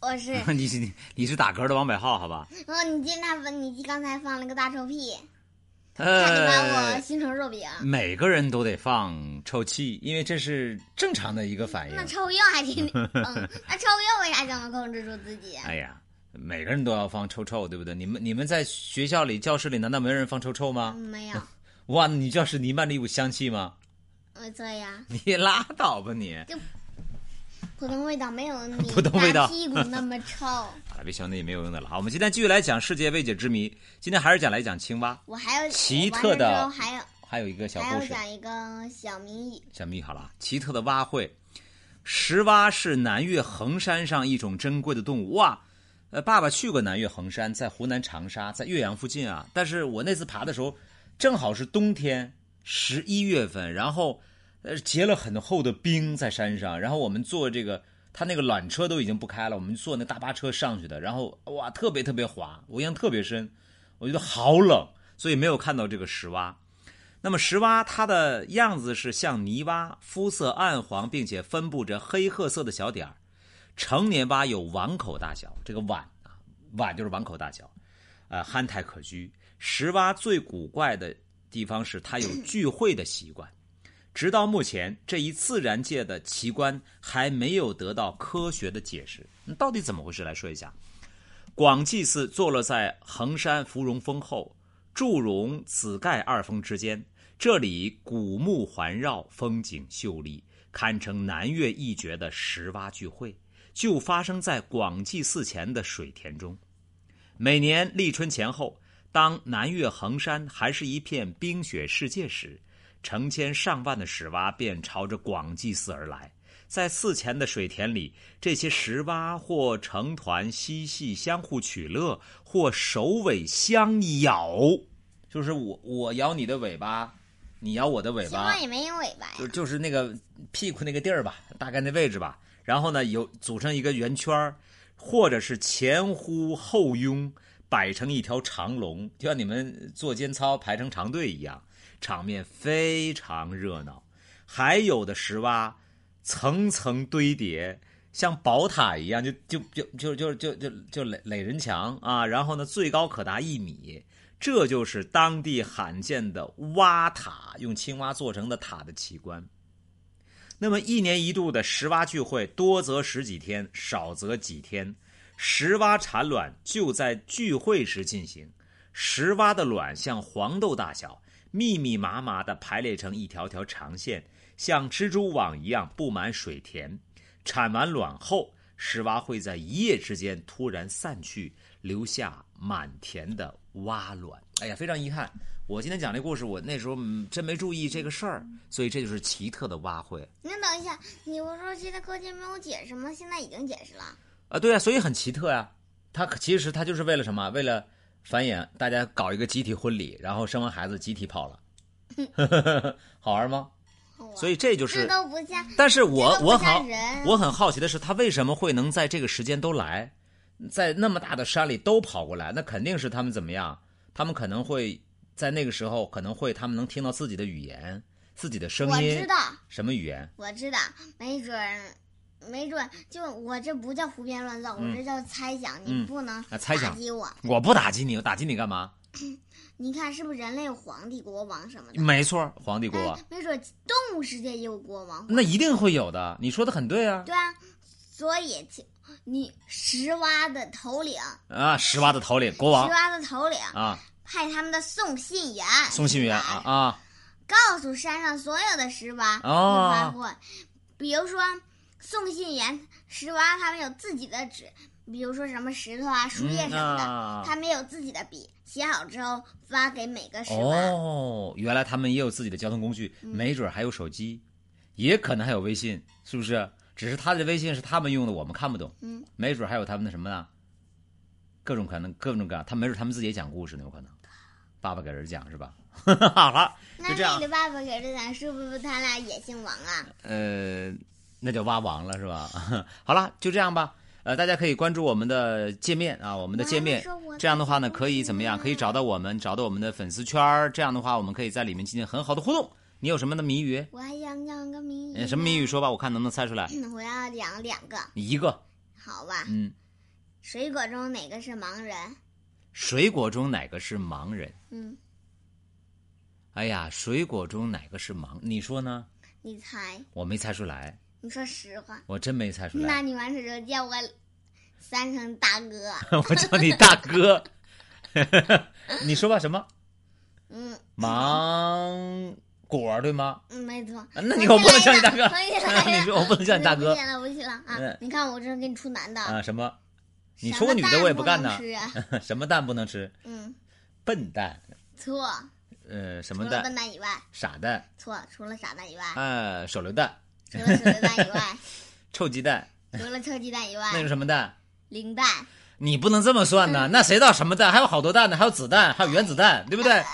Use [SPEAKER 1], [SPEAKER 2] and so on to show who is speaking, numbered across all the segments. [SPEAKER 1] 我是，
[SPEAKER 2] 你是你你是打嗝的王北浩，好吧？
[SPEAKER 1] 哦，你今天不你刚才放了个大臭屁，差点把我
[SPEAKER 2] 呃，
[SPEAKER 1] 熏成肉饼。
[SPEAKER 2] 每个人都得放臭气，因为这是正常的一个反应
[SPEAKER 1] 那。臭鼬还 挺，嗯，那臭鼬为啥就能控制住自己？
[SPEAKER 2] 哎呀，每个人都要放臭臭，对不对？你们你们在学校里、教室里，难道没有人放臭臭
[SPEAKER 1] 嗯
[SPEAKER 2] 吗？
[SPEAKER 1] 没有，
[SPEAKER 2] 哇，你教室弥漫着一股香气吗？
[SPEAKER 1] 我呃这呀，
[SPEAKER 2] 你拉倒吧你！啊
[SPEAKER 1] 普通味道没有你
[SPEAKER 2] 普通味道
[SPEAKER 1] 大屁股那么臭。
[SPEAKER 2] 好了，别想那也没有用的了。好，我们今天继续来讲世界未解之谜。今天还是讲来讲青蛙，
[SPEAKER 1] 我还有
[SPEAKER 2] 奇
[SPEAKER 1] 我
[SPEAKER 2] 特的
[SPEAKER 1] 完了之后还有
[SPEAKER 2] 还有一个小
[SPEAKER 1] 还
[SPEAKER 2] 故
[SPEAKER 1] 要
[SPEAKER 2] 事。
[SPEAKER 1] 讲一个小谜语，
[SPEAKER 2] 小蜜好了，奇特的蛙会，石蛙是南岳衡山上一种珍贵的动物哇。呃，爸爸去过南岳衡山，在湖南长沙，在岳阳附近啊。但是我那次爬的时候，正好是冬天，十一月份，然后呃结了很厚的冰在山上，然后我们坐这个。他那个缆车都已经不开了，我们坐那大巴车上去的，然后哇，特别特别滑，我印象特别深，我觉得好冷，所以没有看到这个石蛙。那么石蛙它的样子是像泥蛙，肤色暗黄，并且分布着黑褐色的小点儿。成年蛙有碗口大小，这个碗啊，碗就是碗口大小，呃，憨态可掬。石蛙最古怪的地方是它有聚会的习惯，直到目前，这一自然界的奇观还没有得到科学的解释。嗯到底怎么回事？来说一下。广济寺坐落在衡山芙蓉峰后，祝融、子盖二峰之间，这里古木环绕，风景秀丽，堪称南岳一绝的石蛙聚会，就发生在广济寺前的水田中。每年立春前后，当南岳衡山还是一片冰雪世界时，成千上万的石蛙便朝着广济寺而来。在寺前的水田里，这些石蛙或成团嬉戏，相互取乐，或首尾相咬，就是我我咬你的尾巴，你咬我的尾
[SPEAKER 1] 青
[SPEAKER 2] 巴
[SPEAKER 1] 蛙，也没有尾巴
[SPEAKER 2] 就
[SPEAKER 1] 呀。
[SPEAKER 2] 就是那个屁股那个地儿吧，大概那位置吧。然后呢，有组成一个圆圈儿，或者是前呼后拥，摆成一条长龙，就像你们做间操排成长队一样，场面非常热闹。还有的石蛙层层堆叠，像宝塔一样，就就就就就就就就垒垒人墙啊！然后呢，最高可达一米，这就是当地罕见的蛙塔，用青蛙做成的塔的奇观。那么，一年一度的石蛙聚会，多则十几天，少则几天。石蛙产卵就在聚会时进行，石蛙的卵像黄豆大小，密密麻麻地排列成一条条长线，像蜘蛛网一样布满水田。产完卵后，石蛙会在一夜之间突然散去，留下满田的蛙卵。哎呀，非常遗憾，我今天讲这故事，我那时候嗯真没注意这个事儿，所以这就是奇特的蛙会
[SPEAKER 1] 那等一下，你不是说现在科学没有解释吗？现在已经解释了。
[SPEAKER 2] 啊，对啊，所以很奇特呀、它可其实它就是为了什么？为了繁衍，大家搞一个集体婚礼，然后生完孩子集体跑了， 好玩吗？
[SPEAKER 1] 好
[SPEAKER 2] 所以这就
[SPEAKER 1] 这
[SPEAKER 2] 是，
[SPEAKER 1] 都不像，
[SPEAKER 2] 但是我
[SPEAKER 1] 这都
[SPEAKER 2] 我
[SPEAKER 1] 不像
[SPEAKER 2] 好
[SPEAKER 1] 人。
[SPEAKER 2] 我很好奇的是，他为什么会能在这个时间都来，在那么大的山里都跑过来？那肯定是他们怎么样？他们可能会在那个时候，可能会他们能听到自己的语言、自己的声
[SPEAKER 1] 我
[SPEAKER 2] 音
[SPEAKER 1] 知，道，
[SPEAKER 2] 什么语言？
[SPEAKER 1] 我知道，没准儿，没准儿，就我这不叫胡编乱造，我这叫猜想，你
[SPEAKER 2] 嗯
[SPEAKER 1] 不能
[SPEAKER 2] 啊猜想
[SPEAKER 1] 打击我。
[SPEAKER 2] 我不打击你，我打击你干嘛？
[SPEAKER 1] 你看是不是人类有皇帝、国王什么的？
[SPEAKER 2] 没错，皇帝嗯国王
[SPEAKER 1] 哎，没准儿动物世界也有国王。
[SPEAKER 2] 那一定会有的。你说的很对啊，
[SPEAKER 1] 对啊，所以其你石蛙的头领，
[SPEAKER 2] 啊，石蛙的头领国王
[SPEAKER 1] 石蛙的头领
[SPEAKER 2] 啊，
[SPEAKER 1] 派他们的送信员，哎
[SPEAKER 2] 送信员啊啊，
[SPEAKER 1] 告诉山上所有的石蛙去
[SPEAKER 2] 哦
[SPEAKER 1] 发货。比如说，送信员石蛙他们有自己的纸，比如说什么石头啊、树叶什么的，
[SPEAKER 2] 啊
[SPEAKER 1] 他们有自己的笔，写好之后发给每个石蛙。
[SPEAKER 2] 哦，原来他们也有自己的交通工具，没准还有手机，也可能还有微信，是不是？只是他的微信是他们用的，我们看不懂。
[SPEAKER 1] 嗯，
[SPEAKER 2] 没准还有他们的什么呢？各种可能，各种各样，他没准他们自己也讲故事呢，有可能。爸爸给儿子讲是吧？ 好了，
[SPEAKER 1] 那
[SPEAKER 2] 就这
[SPEAKER 1] 那
[SPEAKER 2] 样
[SPEAKER 1] 你。的爸爸给这咱是不是他俩也姓王啊？
[SPEAKER 2] 呃，那就挖王了是吧？ 好了，就这样吧。呃，大家可以关注我们的界面啊，我们的界面
[SPEAKER 1] 我还没说我。
[SPEAKER 2] 这样的话呢，可以怎么样？可以找到我们，找到我们的粉丝圈儿。这样的话，我们可以在里面进行很好的互动。你有什么的谜语？
[SPEAKER 1] 我还想讲个谜语
[SPEAKER 2] 呃，什么谜
[SPEAKER 1] 呢
[SPEAKER 2] 语？说吧，我看能不能猜出来。
[SPEAKER 1] 我要讲两个，
[SPEAKER 2] 一个，
[SPEAKER 1] 好吧？
[SPEAKER 2] 嗯，
[SPEAKER 1] 水果中哪个是盲人？
[SPEAKER 2] 水果中哪个是盲人？
[SPEAKER 1] 嗯，
[SPEAKER 2] 哎呀，水果中哪个是盲？你说呢？
[SPEAKER 1] 你猜？
[SPEAKER 2] 我没猜出来，
[SPEAKER 1] 你说实话，
[SPEAKER 2] 我真没猜出
[SPEAKER 1] 那
[SPEAKER 2] 来。
[SPEAKER 1] 你完事就叫我三声大哥。
[SPEAKER 2] 我叫你大哥， 你说吧，什么
[SPEAKER 1] 嗯
[SPEAKER 2] 芒果儿对吗？
[SPEAKER 1] 嗯，没错。
[SPEAKER 2] 那你我不能叫你大哥
[SPEAKER 1] 重新来一遍
[SPEAKER 2] 你说我不能叫你大哥
[SPEAKER 1] 不行了，不行了啊
[SPEAKER 2] 嗯！
[SPEAKER 1] 你看我这给你出难的，
[SPEAKER 2] 啊，什么？你
[SPEAKER 1] 什
[SPEAKER 2] 说个
[SPEAKER 1] 么
[SPEAKER 2] 女的
[SPEAKER 1] 蛋
[SPEAKER 2] 我也不干
[SPEAKER 1] 能
[SPEAKER 2] 呢。
[SPEAKER 1] 吃啊
[SPEAKER 2] 什么蛋不能吃？
[SPEAKER 1] 嗯，
[SPEAKER 2] 笨蛋，
[SPEAKER 1] 错，
[SPEAKER 2] 呃，什
[SPEAKER 1] 除
[SPEAKER 2] 么
[SPEAKER 1] 了
[SPEAKER 2] 蛋？
[SPEAKER 1] 笨蛋以外，
[SPEAKER 2] 傻蛋，
[SPEAKER 1] 错，除了傻蛋以外，
[SPEAKER 2] 呃，手榴弹，
[SPEAKER 1] 除了手榴弹 以外，
[SPEAKER 2] 臭鸡蛋，
[SPEAKER 1] 除了臭鸡蛋以
[SPEAKER 2] 那是
[SPEAKER 1] 外，
[SPEAKER 2] 什么蛋？
[SPEAKER 1] 零蛋。
[SPEAKER 2] 你不能这么算呐，那谁知道什么蛋？还有好多蛋呢，还有子弹，还有原子弹，对不对？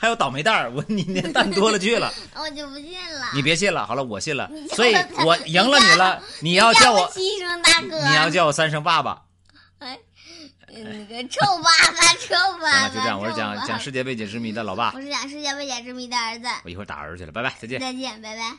[SPEAKER 2] 还有倒霉蛋儿，我你那蛋多了去 了，
[SPEAKER 1] 啊我就不信了。
[SPEAKER 2] 你别信了，好了，我信了
[SPEAKER 1] 你，
[SPEAKER 2] 所以
[SPEAKER 1] 叫我
[SPEAKER 2] 我赢了你了，你要叫我，
[SPEAKER 1] 七声大哥，
[SPEAKER 2] 你要叫我三声爸爸。
[SPEAKER 1] 哎，你个臭爸爸，臭
[SPEAKER 2] 行
[SPEAKER 1] 爸爸，
[SPEAKER 2] 了，就这样，我是
[SPEAKER 1] 臭
[SPEAKER 2] 讲
[SPEAKER 1] 爸
[SPEAKER 2] 讲
[SPEAKER 1] 爸
[SPEAKER 2] 世界未解之谜的老爸
[SPEAKER 1] 我，是讲世界未解之谜的儿子。
[SPEAKER 2] 我一会儿打儿去了，拜拜，再见。
[SPEAKER 1] 再见，拜拜。